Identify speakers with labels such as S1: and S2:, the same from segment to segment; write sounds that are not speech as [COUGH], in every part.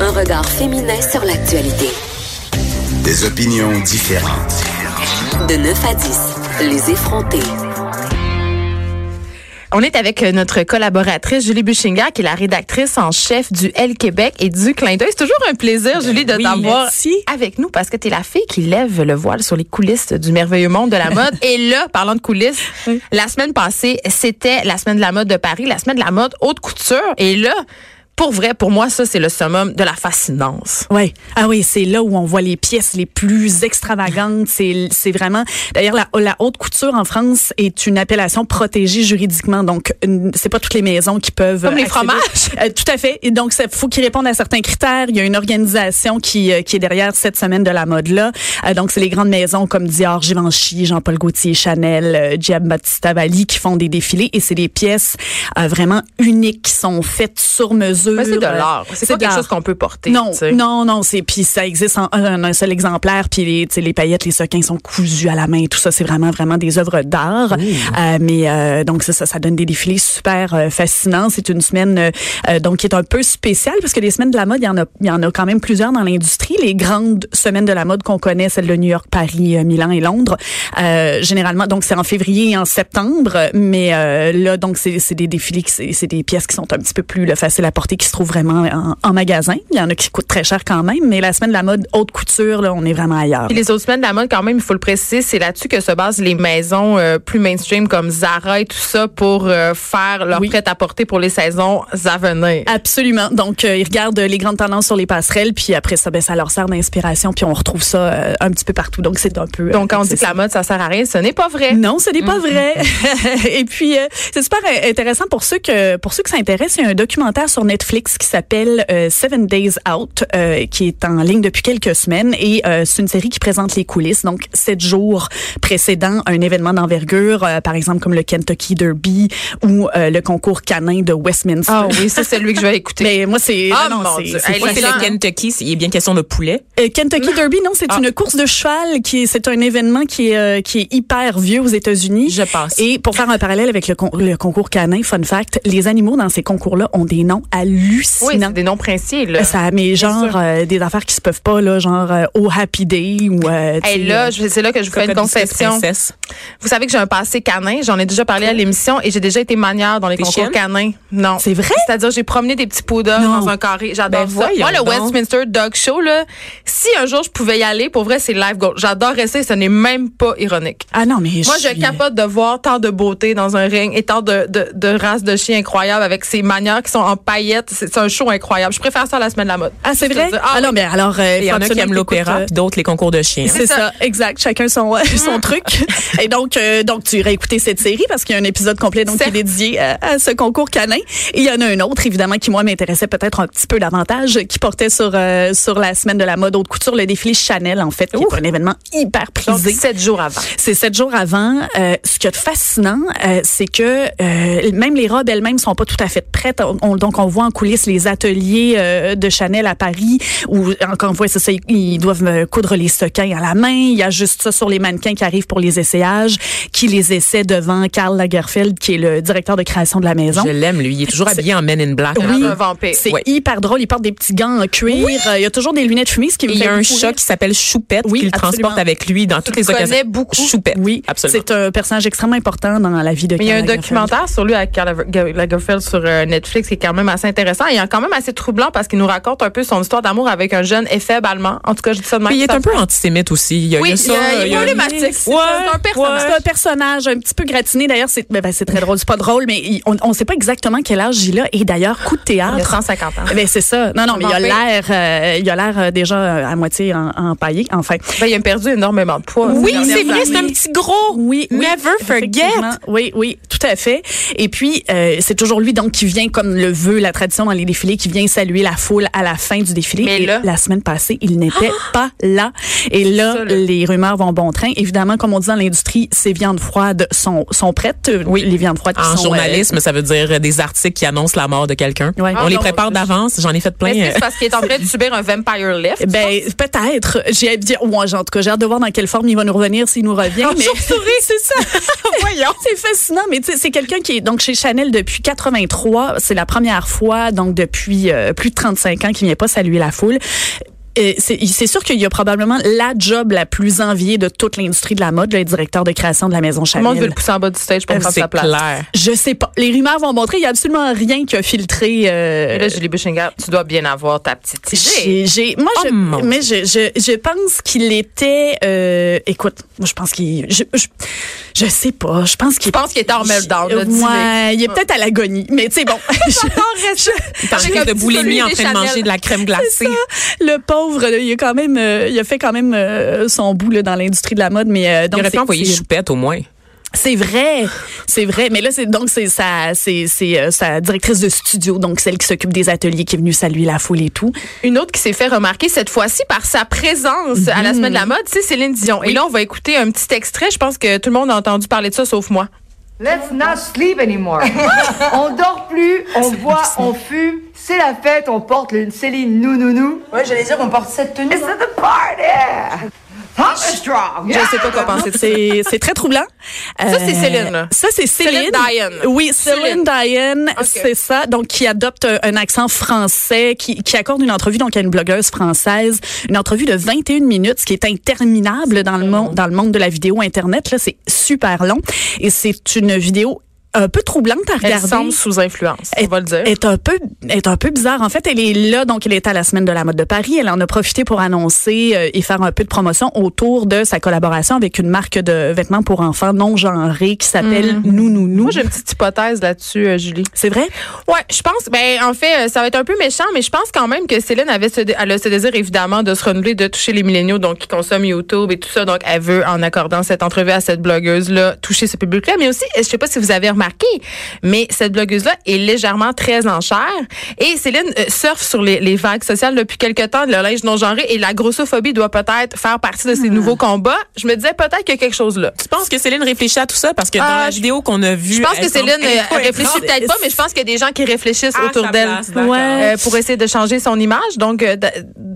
S1: Un regard féminin sur l'actualité.
S2: Des opinions différentes.
S1: De 9 à 10, les effrontés.
S3: On est avec euh, notre collaboratrice Julie Buchinga, qui est la rédactrice en chef du Elle Québec et du Clin d'œil. C'est toujours un plaisir, Julie, de
S4: Ben oui,
S3: t'avoir
S4: merci.
S3: avec nous parce que tu es la fille qui lève le voile sur les coulisses du merveilleux monde de la mode.
S4: [LAUGHS]
S3: et là, parlant de coulisses,
S4: Oui.
S3: la semaine passée, c'était la semaine de la mode de Paris, la semaine de la mode haute couture. Et là, pour vrai, pour moi, ça, c'est le summum de la fascinance.
S4: Ouais. Ah oui, c'est là où on voit les pièces les plus extravagantes. C'est c'est vraiment. D'ailleurs, la, la haute couture en France est une appellation protégée juridiquement. Donc, une- c'est pas toutes les maisons qui peuvent.
S3: Comme les
S4: accéder.
S3: fromages.
S4: Euh, tout à fait. Et donc, il faut qu'ils répondent à certains critères. Il y a une organisation qui, euh, qui est derrière cette semaine de la mode là. Euh, donc, c'est les grandes maisons comme Dior, Givenchy, Jean-Paul Gaultier, Chanel, euh, Giambattista Valli qui font des défilés. Et c'est des pièces euh, vraiment uniques qui sont faites sur mesure.
S3: Mais Ben, c'est de
S4: Euh,
S3: l'art. C'est pas
S4: de
S3: quelque
S4: l'art.
S3: chose qu'on peut porter.
S4: Non,
S3: tu sais.
S4: non, non, c'est puis ça existe en un, un seul exemplaire, puis les, tu sais, les paillettes, les sequins sont cousus à la main, tout ça, c'est vraiment vraiment des œuvres d'art. Euh, mais euh, donc ça, ça, ça donne des défilés super euh, fascinants. C'est une semaine euh, euh, donc qui est un peu spéciale parce que les semaines de la mode, il y en a, il y en a quand même plusieurs dans l'industrie. Les grandes semaines de la mode qu'on connaît, celles de New York, Paris, euh, Milan et Londres, euh, généralement, donc c'est en février et en septembre, mais euh, là donc c'est c'est des défilés, qui- c'est c'est des pièces qui sont un petit peu plus là, faciles à porter, qui se trouvent vraiment en, en magasin. Il y en a qui coûtent très cher quand même, mais la semaine de la mode haute couture, là, on est vraiment ailleurs.
S3: Puis les autres semaines de la mode, quand même, il faut le préciser, c'est là-dessus que se basent les maisons euh, plus mainstream comme Zara et tout ça pour euh, faire leur
S4: Oui. Ah,
S3: prêt-à-porter pour les saisons à venir.
S4: Absolument. Donc, euh, ils regardent les grandes tendances sur les passerelles, puis après ça, ben, ça leur sert d'inspiration, puis on retrouve ça euh, un petit peu partout. Donc, c'est un peu... euh,
S3: Donc, quand on dit que
S4: accessible.
S3: la mode, ça sert à rien, ce n'est pas vrai.
S4: Non, ce n'est
S3: Mm-hmm.
S4: pas vrai. [LAUGHS] Et puis euh, c'est super euh, intéressant pour ceux que pour ceux que ça intéresse, il y a un documentaire sur Netflix qui s'appelle euh, Seven Days Out, euh, qui est en ligne depuis quelques semaines et euh, c'est une série qui présente les coulisses. Donc sept jours précédant un événement d'envergure, euh, par exemple comme le Kentucky Derby ou euh, le concours canin de Westminster.
S3: Ah oui, c'est celui que je vais écouter.
S4: Mais moi c'est
S3: Ah,
S4: non, non,
S3: mon
S4: c'est-
S3: Dieu.
S4: c'est
S3: Hey,
S4: pas-
S5: Moi, c'est
S3: gens-
S5: le Kentucky, c'est- il est bien question de poulet.
S4: Euh, Kentucky Derby, non,
S3: Ah.
S4: c'est une course de cheval qui est- c'est un événement qui est euh, qui est hyper vieux aux États-Unis.
S5: Je pense.
S4: Et pour faire un parallèle avec le, con- le concours canin, fun fact, les animaux dans ces concours-là ont des noms
S3: oui, c'est
S4: hallucinants.
S3: des noms princiers, là.
S4: ça, mais genre
S3: sûr.
S4: euh, des affaires qui se peuvent pas là, genre euh, Oh Happy Day ou. Euh, tu
S3: Hey,
S4: sais,
S3: là,
S4: euh,
S3: je- c'est là que je vous fais une
S5: Crocodile, c'est
S3: confession.
S5: princesse.
S3: Vous savez que j'ai un passé canin. J'en ai déjà parlé à l'émission et j'ai déjà été manière dans les
S5: T'es
S3: concours
S5: chienne?
S3: canins. Non.
S4: C'est vrai?
S3: C'est-à-dire, j'ai promené des petits poudres
S4: Non.
S3: dans un carré. J'adore
S5: Ben,
S3: ça. Moi, le
S5: voyons donc.
S3: Westminster Dog Show, là, si un jour je pouvais y aller, pour vrai, c'est live goal. J'adorerais ça et ce n'est même pas ironique.
S4: Ah non, mais
S3: Moi, je
S4: suis-
S3: capote de voir tant de beauté dans un ring et tant de, de, de races de chiens incroyables avec ces manières qui sont en paillettes. C'est c'est un show incroyable. Je préfère ça à la semaine de la mode.
S4: Ah c'est
S3: Je te
S4: vrai?
S3: dis,
S4: Ah, non, mais alors. euh,
S5: Il y en a qui
S4: absolument
S5: aiment
S4: que
S5: l'opéra,
S4: t'écoutes, euh,
S5: puis d'autres les concours de chiens.
S4: C'est ça. exact. Chacun son euh, son truc. Et donc, euh, donc tu irais écouter cette série parce qu'il y a un épisode complet donc qui est
S3: Certes.
S4: dédié à, à ce concours canin. Et il y en a un autre évidemment qui moi m'intéressait peut-être un petit peu davantage, qui portait sur euh, sur la semaine de la mode haute couture, le défilé Chanel en fait, qui est un événement hyper
S3: Donc,
S4: prisé.
S3: sept jours avant.
S4: C'est sept jours avant. Euh, ce qui est fascinant, euh, c'est que euh, même les robes elles-mêmes sont pas tout à fait prêtes. On- on- donc on voit en coulisses les ateliers euh, de Chanel à Paris où encore on voit c'est ça, ils, ils doivent euh, coudre les sequins à la main. Il y a juste ça sur les mannequins qui arrivent pour les essayages, qui les essaient devant Karl Lagerfeld qui est le directeur de création de la maison.
S5: Je l'aime, lui. Il est toujours
S4: C'est-
S5: habillé en Men in Black.
S3: Oui. Un vampire.
S4: C'est
S5: Ouais.
S4: hyper drôle. Il porte des petits gants en cuir. Euh, Il y a toujours des lunettes fumées, ce qui me
S5: Il y
S4: fait
S5: a un
S4: beaucoup rire.
S5: chat qui s'appelle Choupette
S4: Oui,
S5: qu'il
S4: absolument.
S5: transporte avec lui dans toutes les
S3: le connais
S5: occasions.
S3: beaucoup.
S5: Choupette.
S4: Oui,
S5: absolument.
S4: C'est un personnage extrêmement important dans la vie de
S3: Mais il y a un
S4: Karl Lagerfeld.
S3: documentaire sur lui avec Karl Lager- Lagerfeld sur euh, Netflix qui est quand même assez intéressant et quand même assez troublant parce qu'il nous raconte un peu son histoire d'amour avec un jeune éphèbe allemand. En tout cas, je dis ça de même.
S5: Puis il est
S3: Ça-
S5: un peu antisémite aussi. Il y a, il y
S3: Oui,
S5: a
S3: il y a-
S5: ça.
S3: il est
S5: y a-
S3: problématique. C'est
S5: Ouais,
S3: un personnage.
S4: C'est un personnage un petit peu gratiné. D'ailleurs, c'est ben, ben, c'est très drôle. C'est pas drôle, mais il- on ne sait pas exactement quel âge il a. Et d'ailleurs, coup de
S3: Il a
S4: théâtre.
S3: 150 ans.
S4: Ben, c'est ça. Non, non, mais il a
S3: Vampire.
S4: l'air, euh, il a l'air euh, déjà euh, à moitié en, empaillé. Enfin.
S3: Ben, il a perdu énormément de poids.
S5: Oui,
S3: Ces dernières
S5: c'est vrai,
S3: années.
S5: c'est un petit gros.
S4: Oui, oui,
S5: Never forget.
S4: effectivement. Oui, oui, tout à fait. Et puis, euh, c'est toujours lui donc qui vient, comme le veut la tradition dans les défilés, qui vient saluer la foule à la fin du défilé.
S3: Mais
S4: Et
S3: là-
S4: la semaine passée, il n'était pas là. Et là,
S3: Ça, là.
S4: les rumeurs vont bon train. Évidemment, comme on dit dans l'industrie, ces viandes froides sont, sont prêtes. Oui, les viandes froides
S5: En
S4: qui sont euh,
S5: journalisme, ça veut dire euh, des articles qui annoncent la mort de quelqu'un.
S4: Ouais.
S5: On
S4: Ah,
S5: les
S3: non,
S5: prépare
S3: je-
S5: d'avance. J'en ai fait
S3: Mais
S5: plein.
S3: est-ce que
S5: euh,
S3: c'est parce qu'il est en train de subir un vampire lift? [LAUGHS]
S4: Ben peut-être. J'ai hâte de dire, ou en genre, en tout [LAUGHS] cas, j'ai hâte de voir dans quelle forme il va nous revenir s'il nous revient. mais... c'est ça. Voyons. C'est fascinant, mais tu sais, c'est c'est quelqu'un qui est donc chez Chanel depuis 83. C'est la première fois, donc depuis euh, plus de 35 ans, qu'il vient pas saluer la foule. Et C'est il- c'est sûr qu'il y a probablement la job la plus enviée de toute l'industrie de la mode, le directeur de création de la maison
S3: Tout le
S4: Chanel.
S3: monde veut le pousser en bas du stage pour prendre sa
S5: C'est
S3: place.
S5: clair.
S4: Je sais pas. Les rumeurs vont montrer, il y a absolument rien qui a filtré. euh,
S3: Et là, Julie Bushinga, tu dois bien avoir ta petite idée.
S4: j'ai, j'ai- moi,
S5: Oh
S4: je,
S5: mon
S4: mais je, je, je pense qu'il était, euh, écoute, moi, je pense qu'il, je, je, je sais pas, je pense
S3: Je
S4: qu'il,
S3: pense qu'il était en meltdown, là, Ah. dis-le.
S4: Ouais, il est peut-être à l'agonie, mais tu
S3: [LAUGHS]
S4: sais, bon. je-
S5: Il est en
S3: Avec
S5: train
S3: un
S5: de
S3: petit
S5: boulimie
S3: pelé
S5: en
S3: des
S5: train de manger
S3: Chanel.
S5: de la crème
S4: C'est
S5: glacée.
S4: ça. Le pauvre, là, il a quand même, euh, il a fait quand même euh, son bout là, dans l'industrie de la mode, mais euh,
S5: Il
S4: donc
S5: aurait
S4: c'est-
S5: pu envoyer
S4: c'est-
S5: Choupette au moins.
S4: C'est vrai, c'est vrai. Mais là, c'est donc c'est sa, c'est, c'est euh, sa directrice de studio, donc celle qui s'occupe des ateliers, qui est venue saluer la foule et tout.
S3: Une autre qui s'est fait remarquer cette fois-ci par sa présence à
S4: Mhm.
S3: la semaine de la mode, c'est Céline Dion. Et là, on va écouter un petit extrait. Je pense que tout le monde a entendu parler de ça, sauf moi.
S6: Let's not sleep anymore. on dort plus, on boit, on fume. C'est la fête, on porte le Céline Nounounou. Ouais, j'allais dire, on porte cette tenue. hein. It's at the party! Hot and strong!
S3: Je sais pas
S4: Ah,
S3: quoi penser de ça.
S4: C'est, c'est très troublant. Euh,
S3: Ça, c'est Céline.
S4: Ça, c'est Céline.
S3: Céline Dion.
S4: Oui, Céline
S3: Céline.
S4: Diane,
S3: Ok.
S4: c'est ça. Donc, qui adopte un, un accent français, qui, qui accorde une entrevue donc à une blogueuse française, une entrevue de 21 minutes, ce qui est interminable dans
S3: Mm.
S4: le monde, dans le monde de la vidéo Internet. Là, c'est super long. Et c'est une vidéo un peu troublante à
S3: Elle
S4: regarder.
S3: semble sous influence, on va le dire.
S4: Est un peu est un peu bizarre en fait, elle est là donc elle était à la semaine de la mode de Paris, elle en a profité pour annoncer euh, et faire un peu de promotion autour de sa collaboration avec une marque de vêtements pour enfants non genrés qui s'appelle Nous Nous Nous.
S3: Moi, j'ai une petite hypothèse là-dessus, euh, Julie.
S4: C'est vrai
S3: Ouais, je pense. Ben, en fait, euh, ça va être un peu méchant, mais je pense quand même que Céline avait ce, dé- elle a ce désir évidemment de se renouveler, de toucher les milléniaux, donc qui consomment YouTube et tout ça. Donc, elle veut, en accordant cette entrevue à cette blogueuse là, toucher ce public-là. Mais aussi, je sais pas si vous avez remarqué, mais cette blogueuse là est légèrement très en chair. Et Céline euh, surfe sur les, les vagues sociales depuis quelque temps, le linge non genré et la grossophobie doit peut-être faire partie de ces nouveaux combats. Je me disais peut-être qu'il y a quelque chose là.
S5: Tu penses que Céline réfléchit à tout ça? Parce que dans
S3: Ah,
S5: la
S3: je-
S5: vidéo qu'on a vue.
S3: Je pense que
S5: elle semble
S3: Céline euh, elle réfléchit
S5: incohérente.
S3: peut-être pas, mais je pense qu'il y a des gens qui réfléchissent
S5: À
S3: autour
S5: sa
S3: d'elle
S5: place, d'accord.
S4: Ouais.
S3: euh, pour essayer de changer son image. Donc, euh, de-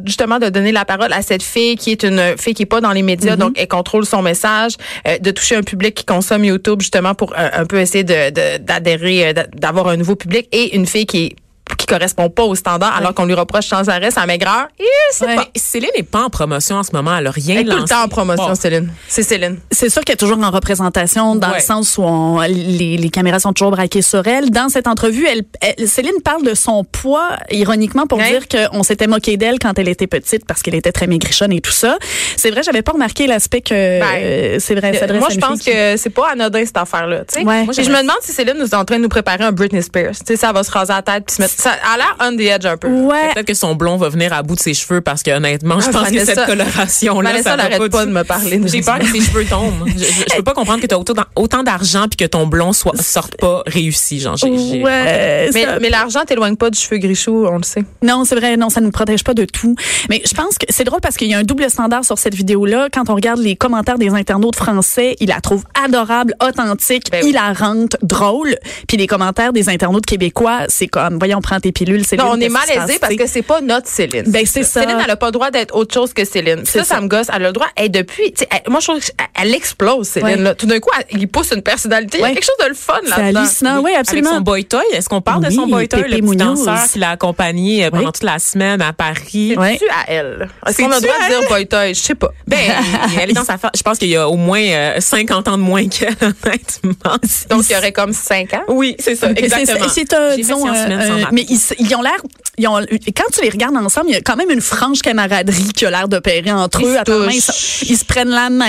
S3: justement, de donner la parole à cette fille qui est une fille qui est pas dans les
S5: Mm-hmm.
S3: médias, donc elle contrôle son message, euh, de toucher un public qui consomme YouTube, justement, pour euh, un peu essayer de- de- d'adhérer, euh, d'a- d'avoir un nouveau public et une fille qui qui correspond pas aux standards alors qu'on lui reproche sans arrêt sa maigreur. Eh, c'est
S4: Ouais.
S3: pas-
S5: Mais Céline n'est pas en promotion en ce moment. Elle a rien
S3: Elle est tout le
S5: lancé.
S3: temps en promotion,
S5: Bon.
S3: Céline. C'est Céline.
S4: C'est sûr qu'elle est toujours en représentation dans le
S5: Ouais.
S4: sens où on- les, les caméras sont toujours braquées sur elle. Dans cette entrevue, elle, elle- Céline parle de son poids, ironiquement, pour
S3: Ouais.
S4: dire qu'on s'était moqué d'elle quand elle était petite parce qu'elle était très maigrichonne et tout ça. C'est vrai, j'avais pas remarqué l'aspect que euh, c'est vrai. elle s'adresse
S3: Moi,
S4: à
S3: je
S4: une
S3: pense
S4: fille qui-
S3: que c'est pas anodin cette affaire-là. tu sais.
S4: Ouais.
S3: Puis je me demande si Céline nous est en train de nous préparer un Britney Spears. Tu sais, ça va se raser la tête puis se mettre. Ça a l'air on the edge un peu.
S4: Ouais.
S5: Peut-être que son blond va venir à bout de ses cheveux parce que honnêtement, je
S3: Ah,
S5: pense que
S3: Vanessa-
S5: cette coloration-là,
S3: Vanessa
S5: ça va
S3: n'arrête
S5: pas,
S3: pas
S5: du-
S3: de me parler de
S5: J'ai
S3: ça.
S5: peur que ses cheveux tombent. Je, je- je peux pas comprendre que tu as autant, autant d'argent puis que ton blond soit, sorte pas réussi, genre. j'ai- j'ai-
S4: Ouais,
S3: Mais,
S4: ça-
S3: mais l'argent t'éloigne pas du cheveu gris chou, on le sait.
S4: Non, c'est vrai, non, ça ne nous protège pas de tout. Mais je pense que c'est drôle parce qu'il y a un double standard sur cette vidéo-là. Quand on regarde les commentaires des internautes français, ils la trouvent adorable, authentique,
S3: Ben oui.
S4: hilarante, drôle. Puis les commentaires des internautes québécois, c'est comme, voyons, prends tes pilules, c'est
S3: Non, on est malaisé parce que c'est pas notre Céline.
S4: Ben, c'est ça.
S3: Céline, elle n'a pas le droit d'être autre chose que Céline. Ça,
S4: C'est
S3: ça,
S4: ça.
S3: me gosse. Elle a le droit. Et depuis, tu sais, elle- moi, je trouve qu'elle explose, Céline.
S4: Ouais.
S3: là. Tout d'un coup, elle- il pousse une personnalité. Il y
S4: Ouais.
S3: a quelque chose de le fun
S4: C'est
S3: là-dedans.
S4: hallucinant, oui, absolument.
S5: Avec son boy toy, est-ce qu'on parle de son
S4: Oui,
S5: boy toy,
S4: Pépé
S5: le petit
S4: Munoz.
S5: danseur qui l'a accompagné euh, pendant
S4: Oui.
S5: toute la semaine à Paris?
S4: Ouais.
S3: C'est-tu à elle? Est-ce qu'on a le
S5: C'est-tu
S3: droit
S5: à
S3: de dire boy toy? Je sais pas. [LAUGHS]
S5: Ben, [LAUGHS] elle est dans sa fa- Je pense qu'il y a au moins euh, 50 ans de moins qu'elle, [LAUGHS] honnêtement.
S3: Donc, il y aurait comme 5 ans.
S5: Oui, c'est ça,
S4: C'est- c'est-
S5: exactement.
S4: C'est un,
S5: J'ai fait
S4: disons,
S5: sciences
S4: un-
S5: humaines sans
S4: un-
S5: maths.
S4: mais ils, s- ils ont l'air, ils ont, quand tu les regardes ensemble, il y a quand même une franche camaraderie qui a l'air d'opérer entre
S3: Ils
S4: eux.
S3: se
S4: À ta main,
S3: touchent.
S4: ils, se- ils se prennent la main,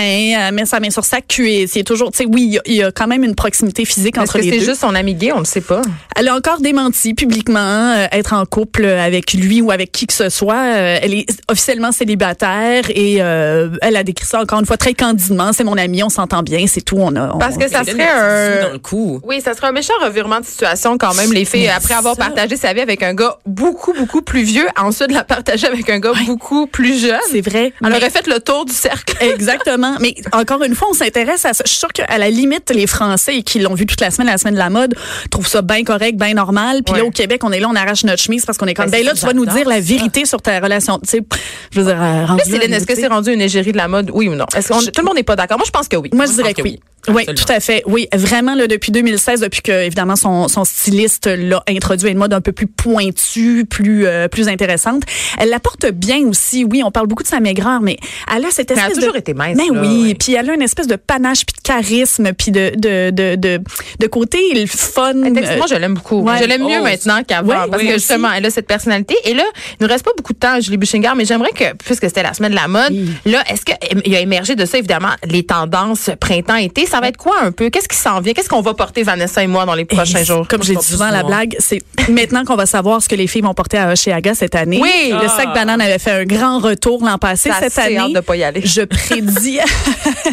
S4: elle met sa main sur sa cuisse. Il est toujours, tu sais, oui, il y a- il y, a quand même une proximité physique
S3: Est-ce
S4: entre
S3: que
S4: les
S3: c'est
S4: deux.
S3: juste son ami gay? On ne sait pas.
S4: Elle a encore démenti publiquement euh, être en couple avec lui ou avec qui que ce soit. Euh, elle est officiellement célibataire et euh, elle a décrit ça encore une fois très candidement. C'est mon ami, on s'entend bien, c'est tout. On a. on-
S3: Parce que ça
S5: Céline
S3: serait
S5: a dit
S3: un.
S5: dans le coup.
S3: Oui, ça serait un méchant revirement de situation quand même, les filles, après avoir
S5: ça-
S3: partagé sa vie avec un gars beaucoup, beaucoup plus vieux, ensuite de la partager avec un gars beaucoup plus jeune.
S4: c'est vrai.
S3: Elle
S4: Mais-
S3: aurait fait le tour du cercle.
S4: Exactement. Mais encore une fois, on s'intéresse à ça. Je suis sûre qu'à la limite, les Français qui l'ont vu toute la semaine, la semaine de la mode, trouvent ça bien correct, bien normal. Puis là,
S3: Ouais.
S4: au Québec, on est là, on arrache notre chemise parce qu'on est comme,
S5: Ben,
S4: ben,
S5: c'est
S4: là,
S5: ça,
S4: tu vas nous
S5: j'adore
S4: dire la
S5: ça.
S4: vérité sur ta relation. Tu sais, je veux dire, euh, rendu
S3: Céline,
S4: là,
S3: est-ce que
S4: tu sais.
S3: c'est rendu une égérie de la mode, oui ou non? Est-ce qu'on, tout le monde n'est pas d'accord? Moi, je pense que oui.
S4: Moi, je
S5: Moi, je
S4: dirais
S5: pense
S4: que
S5: Ah, que
S4: oui.
S5: oui.
S4: Oui,
S5: Absolument.
S4: tout à fait. Oui, vraiment, là, depuis 2016, depuis que, évidemment, son, son styliste l'a introduit à une mode un peu plus pointue, plus, euh, plus intéressante. Elle la porte bien aussi. Oui, on parle beaucoup de sa maigreur, mais elle a cette
S5: Mais elle
S4: espèce
S5: a
S4: de...
S5: toujours été mince,
S4: Mais
S5: là,
S4: oui,
S5: ouais.
S4: puis elle a une espèce de panache, puis de charisme, puis de, de, de, de, de côté le fun.
S3: Texte, Moi, je l'aime beaucoup.
S4: Euh, Ouais.
S3: je l'aime mieux
S5: Oh,
S3: maintenant qu'avant
S4: ouais,
S3: parce
S4: oui,
S3: que
S4: aussi.
S3: justement, elle a cette personnalité. Et là, il nous reste pas beaucoup de temps, Julie Bouchingard, mais j'aimerais que, puisque c'était la semaine de la mode, là, est-ce qu'il y a émergé de ça, évidemment, les tendances printemps-été? Ça va être quoi un peu? Qu'est-ce qui s'en vient? Qu'est-ce qu'on va porter, Vanessa et moi, dans les prochains
S4: Et
S3: jours?
S4: Eh, Comme je l'ai
S5: Pas
S4: dit
S5: plus
S4: souvent, la
S5: souvent.
S4: blague, c'est maintenant qu'on va savoir ce que les filles vont porter à Oceaga cette année.
S3: Oui.
S4: Le
S5: Ah.
S4: sac banane avait fait un grand retour l'an passé.
S3: Ça,
S4: cette
S3: c'est
S4: année,
S3: hâte de pas y aller.
S4: je prédis,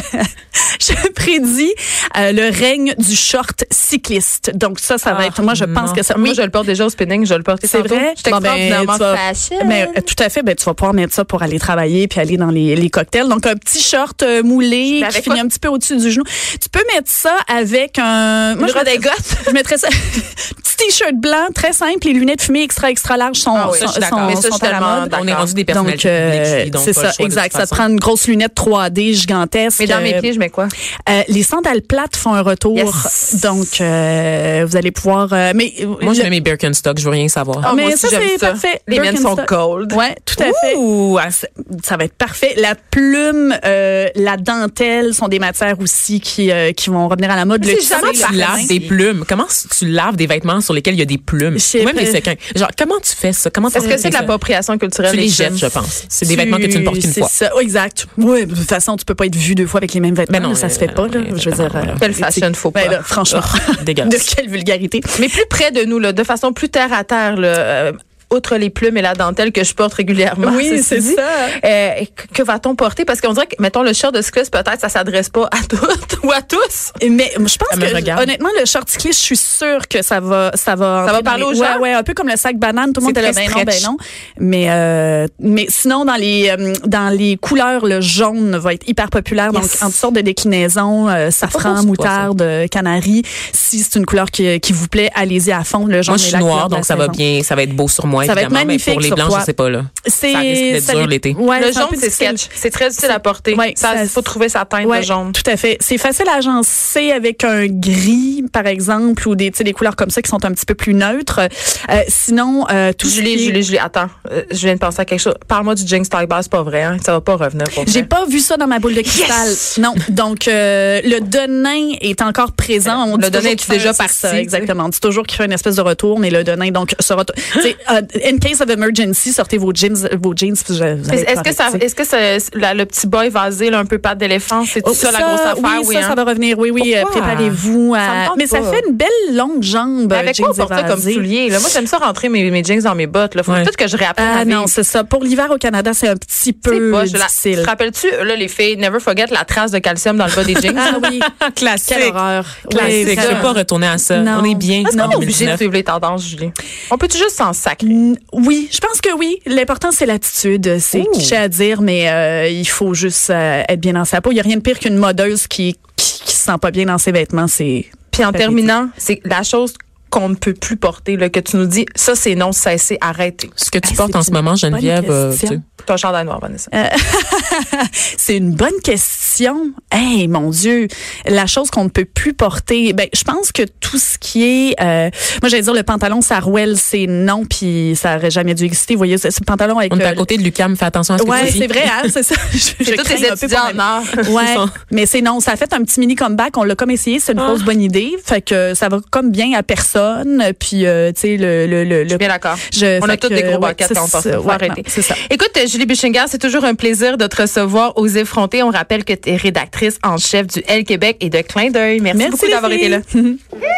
S4: [LAUGHS] je prédis euh, le règne du short cycliste. Donc ça, ça va
S5: Ah,
S4: être, moi, je pense
S5: non.
S4: que ça,
S3: Moi,
S4: oui.
S3: je le porte déjà au spinning, je le portais
S4: C'est
S3: tantôt.
S4: vrai.
S3: Je suis
S4: Bon, ben,
S3: extraordinairement
S4: tu vas-
S3: fashion.
S4: Mais euh, tout à fait, ben, tu vas pouvoir mettre ça pour aller travailler puis aller dans les, les cocktails. Donc, un petit short euh, moulé
S3: Mais
S4: qui
S3: Ben, avec
S4: finit
S3: quoi?
S4: un petit peu au-dessus du genou. Tu peux mettre ça avec un...
S3: Une
S4: Moi, je mettrais-
S3: redingote?
S4: [LAUGHS] Je mettrais ça... petit t-shirt blanc, très simple, les lunettes fumées extra, extra larges sont,
S3: Ah oui,
S4: sont,
S3: ça, je suis
S4: sont-
S3: d'accord. Mais ça, je suis
S4: sont à la
S3: tellement
S4: mode.
S5: On est rendu des
S4: Donc,
S5: personnalités
S4: euh,
S5: publiques, Julie, donc
S4: c'est
S5: pas le
S4: ça,
S5: choix, de
S4: exact.
S5: toute
S4: Ça te
S5: façon.
S4: prend une grosse lunette 3D gigantesque.
S3: Mais dans mes
S4: Euh,
S3: pieds, je mets quoi?
S4: euh, les sandales plates font un retour.
S3: Yes.
S4: Donc, euh, vous allez pouvoir... euh, mais
S5: Moi, je
S4: le-
S5: mets mes Birkenstock, je veux rien savoir.
S3: Ah, moi
S4: mais
S3: aussi,
S4: ça,
S3: j'aime
S4: c'est
S3: ça.
S4: parfait.
S3: Les miennes sont
S4: Birkenstock.
S3: gold.
S4: Ouais, tout à fait. Ah, Ça va être parfait. La plume, euh, la dentelle sont des matières aussi qui, euh, qui vont revenir à la mode.
S3: Mais
S4: Le
S3: c'est
S4: tissu,
S5: Comment
S3: jamais
S4: le
S5: tu laves
S4: lin.
S5: des plumes? Comment tu laves des vêtements sur lesquels il y a des plumes?
S4: Je sais
S5: Ou même
S4: pas.
S5: des sequins. Genre, comment tu fais ça? Comment tu
S3: Est-ce que
S5: fais
S3: c'est de
S5: ça?
S3: l'appropriation culturelle?
S5: Tu les
S3: des
S5: jettes,
S3: jeunes?
S5: je pense. C'est des vêtements que tu ne portes qu'une
S4: C'est
S5: fois.
S4: ça. Oui, exact. Oui, de toute façon, tu peux pas être vu deux fois avec les mêmes vêtements.
S5: Ben non,
S4: là, ça
S5: euh,
S4: se fait pas, là.
S5: euh,
S4: Je veux dire. euh,
S3: Quelle fashion, faut pas.
S4: ben là,
S5: [LAUGHS]
S4: franchement. [LAUGHS]
S5: dégueulasse.
S4: De quelle vulgarité.
S3: Mais plus près de nous, là, de façon plus terre à terre, là, euh, outre les plumes et la dentelle que je porte régulièrement.
S4: Oui,
S3: ceci
S4: c'est
S3: dit,
S4: ça.
S3: euh, et que- que va-t-on porter? Parce qu'on dirait que, mettons, le short de cycliste, peut-être, ça s'adresse pas à toutes [LAUGHS] ou à tous.
S4: Mais je pense
S5: Ça me
S4: que
S5: regarde.
S4: honnêtement le short cycliste, je suis sûre que ça va
S3: Ça
S4: ça va
S3: va
S4: entrer dans
S3: parler
S4: les-
S3: aux gens?
S4: Ouais ouais, un peu comme le sac banane, tout le monde
S5: C'est
S4: est là
S5: très
S4: ben non ben
S5: stretch.
S4: non. Mais euh, mais sinon dans les euh, dans les couleurs le jaune va être hyper populaire
S5: Yes. Ah,
S4: donc en toutes sortes de déclinaisons euh,
S5: pas
S4: safran,
S5: beau, c'est pas
S4: moutarde, euh, canari, si c'est une couleur qui, qui vous plaît, allez-y à fond le jaune
S5: Moi, je
S4: est
S5: suis
S4: la
S5: noire,
S4: couleur de la
S5: donc ça va
S4: saison.
S5: bien, ça va être beau sur moi,
S4: Ça va être
S5: évidemment. Mais
S4: magnifique
S5: pour les
S4: sur
S5: blanches,
S4: toi.
S5: je sais pas, là.
S4: C'est
S5: Ça risque d'être
S4: ça
S5: dur
S4: dé-
S5: l'été.
S4: Ouais,
S3: le
S4: c'est un
S3: jaune,
S4: peu
S3: c'est
S4: difficile.
S3: sketch. C'est très difficile à porter.
S4: Ouais,
S3: ça,
S4: ça-
S3: faut trouver sa teinte,
S4: Ouais,
S3: le jaune.
S4: Tout à fait. C'est facile à agencer avec un gris, par exemple, ou des, tu sais, des couleurs comme ça qui sont un petit peu plus neutres. Euh, sinon, euh, tout ce
S3: Julie,
S4: qui est-
S3: Julie, Julie, attends. euh, je viens de penser à quelque chose. Parle-moi du Jinx Tiger, c'est pas vrai, hein? Ça va pas revenir pour vrai.
S4: J'ai pas vu ça dans ma boule de cristal. Non. Donc, euh, le Denain est encore présent. On
S3: Euh, Le
S4: dit
S3: Denain
S4: toujours
S3: est
S4: qu'il fait
S3: déjà
S4: un- c'est
S3: parti,
S4: ça,
S3: tu sais.
S4: exactement. On dit toujours qu'il fait une espèce de retour, mais le Denain, donc, se retourne. Tu sais, euh, in case of emergency, sortez vos jeans. Vos jeans puis je- vous
S3: Mais
S4: allez
S3: Est-ce que ça,
S4: correct, tu sais.
S3: est-ce que ça- la- le petit boy vasé, là, un peu patte d'éléphant, c'est tout
S4: Oh,
S3: ça, la grosse affaire,
S4: oui,
S3: oui,
S4: ça,
S3: hein?
S4: ça va revenir. Oui, oui, euh,
S5: Pourquoi?
S4: préparez-vous.
S3: Ça me
S4: à-
S3: tente
S4: mais ça
S3: pas.
S4: fait une belle longue jambe.
S3: Mais avec quoi on
S4: jeans
S3: porte ça comme
S4: évasés.
S3: soulier? Là? Moi, j'aime ça rentrer mes, mes jeans dans mes bottes. Là. Faut
S5: Ouais.
S3: peut-être que je réapprenne à
S4: Ah
S3: vivre.
S4: non, c'est ça. Pour l'hiver au Canada, c'est un petit
S3: C'est
S4: peu
S3: poche, là.
S4: difficile.
S3: Te rappelles-tu, là, les filles, never forget la trace de calcium dans le
S4: [LAUGHS]
S3: bas des jeans?
S4: Ah
S3: [LAUGHS]
S4: oui,
S5: Classique.
S4: quelle horreur.
S5: Classique.
S4: Ouais,
S5: Je
S4: ça.
S5: vais pas retourner à ça.
S4: Non. Ah,
S5: On est bien.
S4: Est-ce
S5: en
S3: On est obligé de
S5: 2019.
S3: suivre les tendances, Julie. On peut-tu juste s'en sacrer?
S4: Mm, Oui, je pense que oui. L'important, c'est l'attitude. C'est cliché à dire, mais euh, il faut juste euh, être bien dans sa peau. Il n'y a rien de pire qu'une modeuse qui, qui, qui se sent pas bien dans ses vêtements. C'est
S3: Puis en
S4: Parfait.
S3: terminant, c'est la chose qu'on ne peut plus porter, là, que tu nous dis, ça, c'est non, cessez, arrêtez.
S5: Ce que tu
S4: Hey,
S5: portes
S4: Ah, c'est
S5: en ce
S4: une
S5: moment,
S4: bonne
S5: Geneviève, euh,
S4: question.
S5: tu sais.
S3: Ton chandail noir, Vanessa.
S4: Euh, C'est une bonne question. Hey, mon Dieu, la chose qu'on ne peut plus porter. Ben, je pense que tout ce qui est, euh, moi j'allais dire le pantalon sarouel, c'est non, puis ça aurait jamais dû exister. Vous voyez, ce ce pantalon avec.
S5: on est
S4: euh,
S5: à côté de Lucam, fais attention à ce que
S4: Ouais,
S5: tu dis.
S4: c'est vrai, hein, c'est ça. Je, je
S3: [LAUGHS] C'est tous
S4: crains
S3: les
S4: un peu
S3: étudiants
S4: pour
S3: en
S4: ma-
S3: art.
S4: Ouais, mais c'est non. Ça a fait un petit mini comeback. On l'a comme essayé. C'est une
S3: Ah.
S4: grosse bonne idée. Fait que ça va comme bien à personne. Puis, euh, tu sais, le, le, le,
S3: Je suis bien d'accord.
S4: Je-
S3: on a
S4: fait
S3: tous
S4: que,
S3: des gros
S4: ouais,
S3: baskets
S4: c'est
S3: quand on porte
S4: ça.
S3: ça. Faut
S4: Ouais,
S3: arrêter.
S4: non, c'est ça.
S3: Écoute, euh, Julie Buchinger, c'est toujours un plaisir de te recevoir aux effrontés. On rappelle que tu es rédactrice en chef du L Québec et de Clin d'œil. Merci,
S4: Merci
S3: beaucoup d'avoir
S4: les
S3: été là.
S4: filles.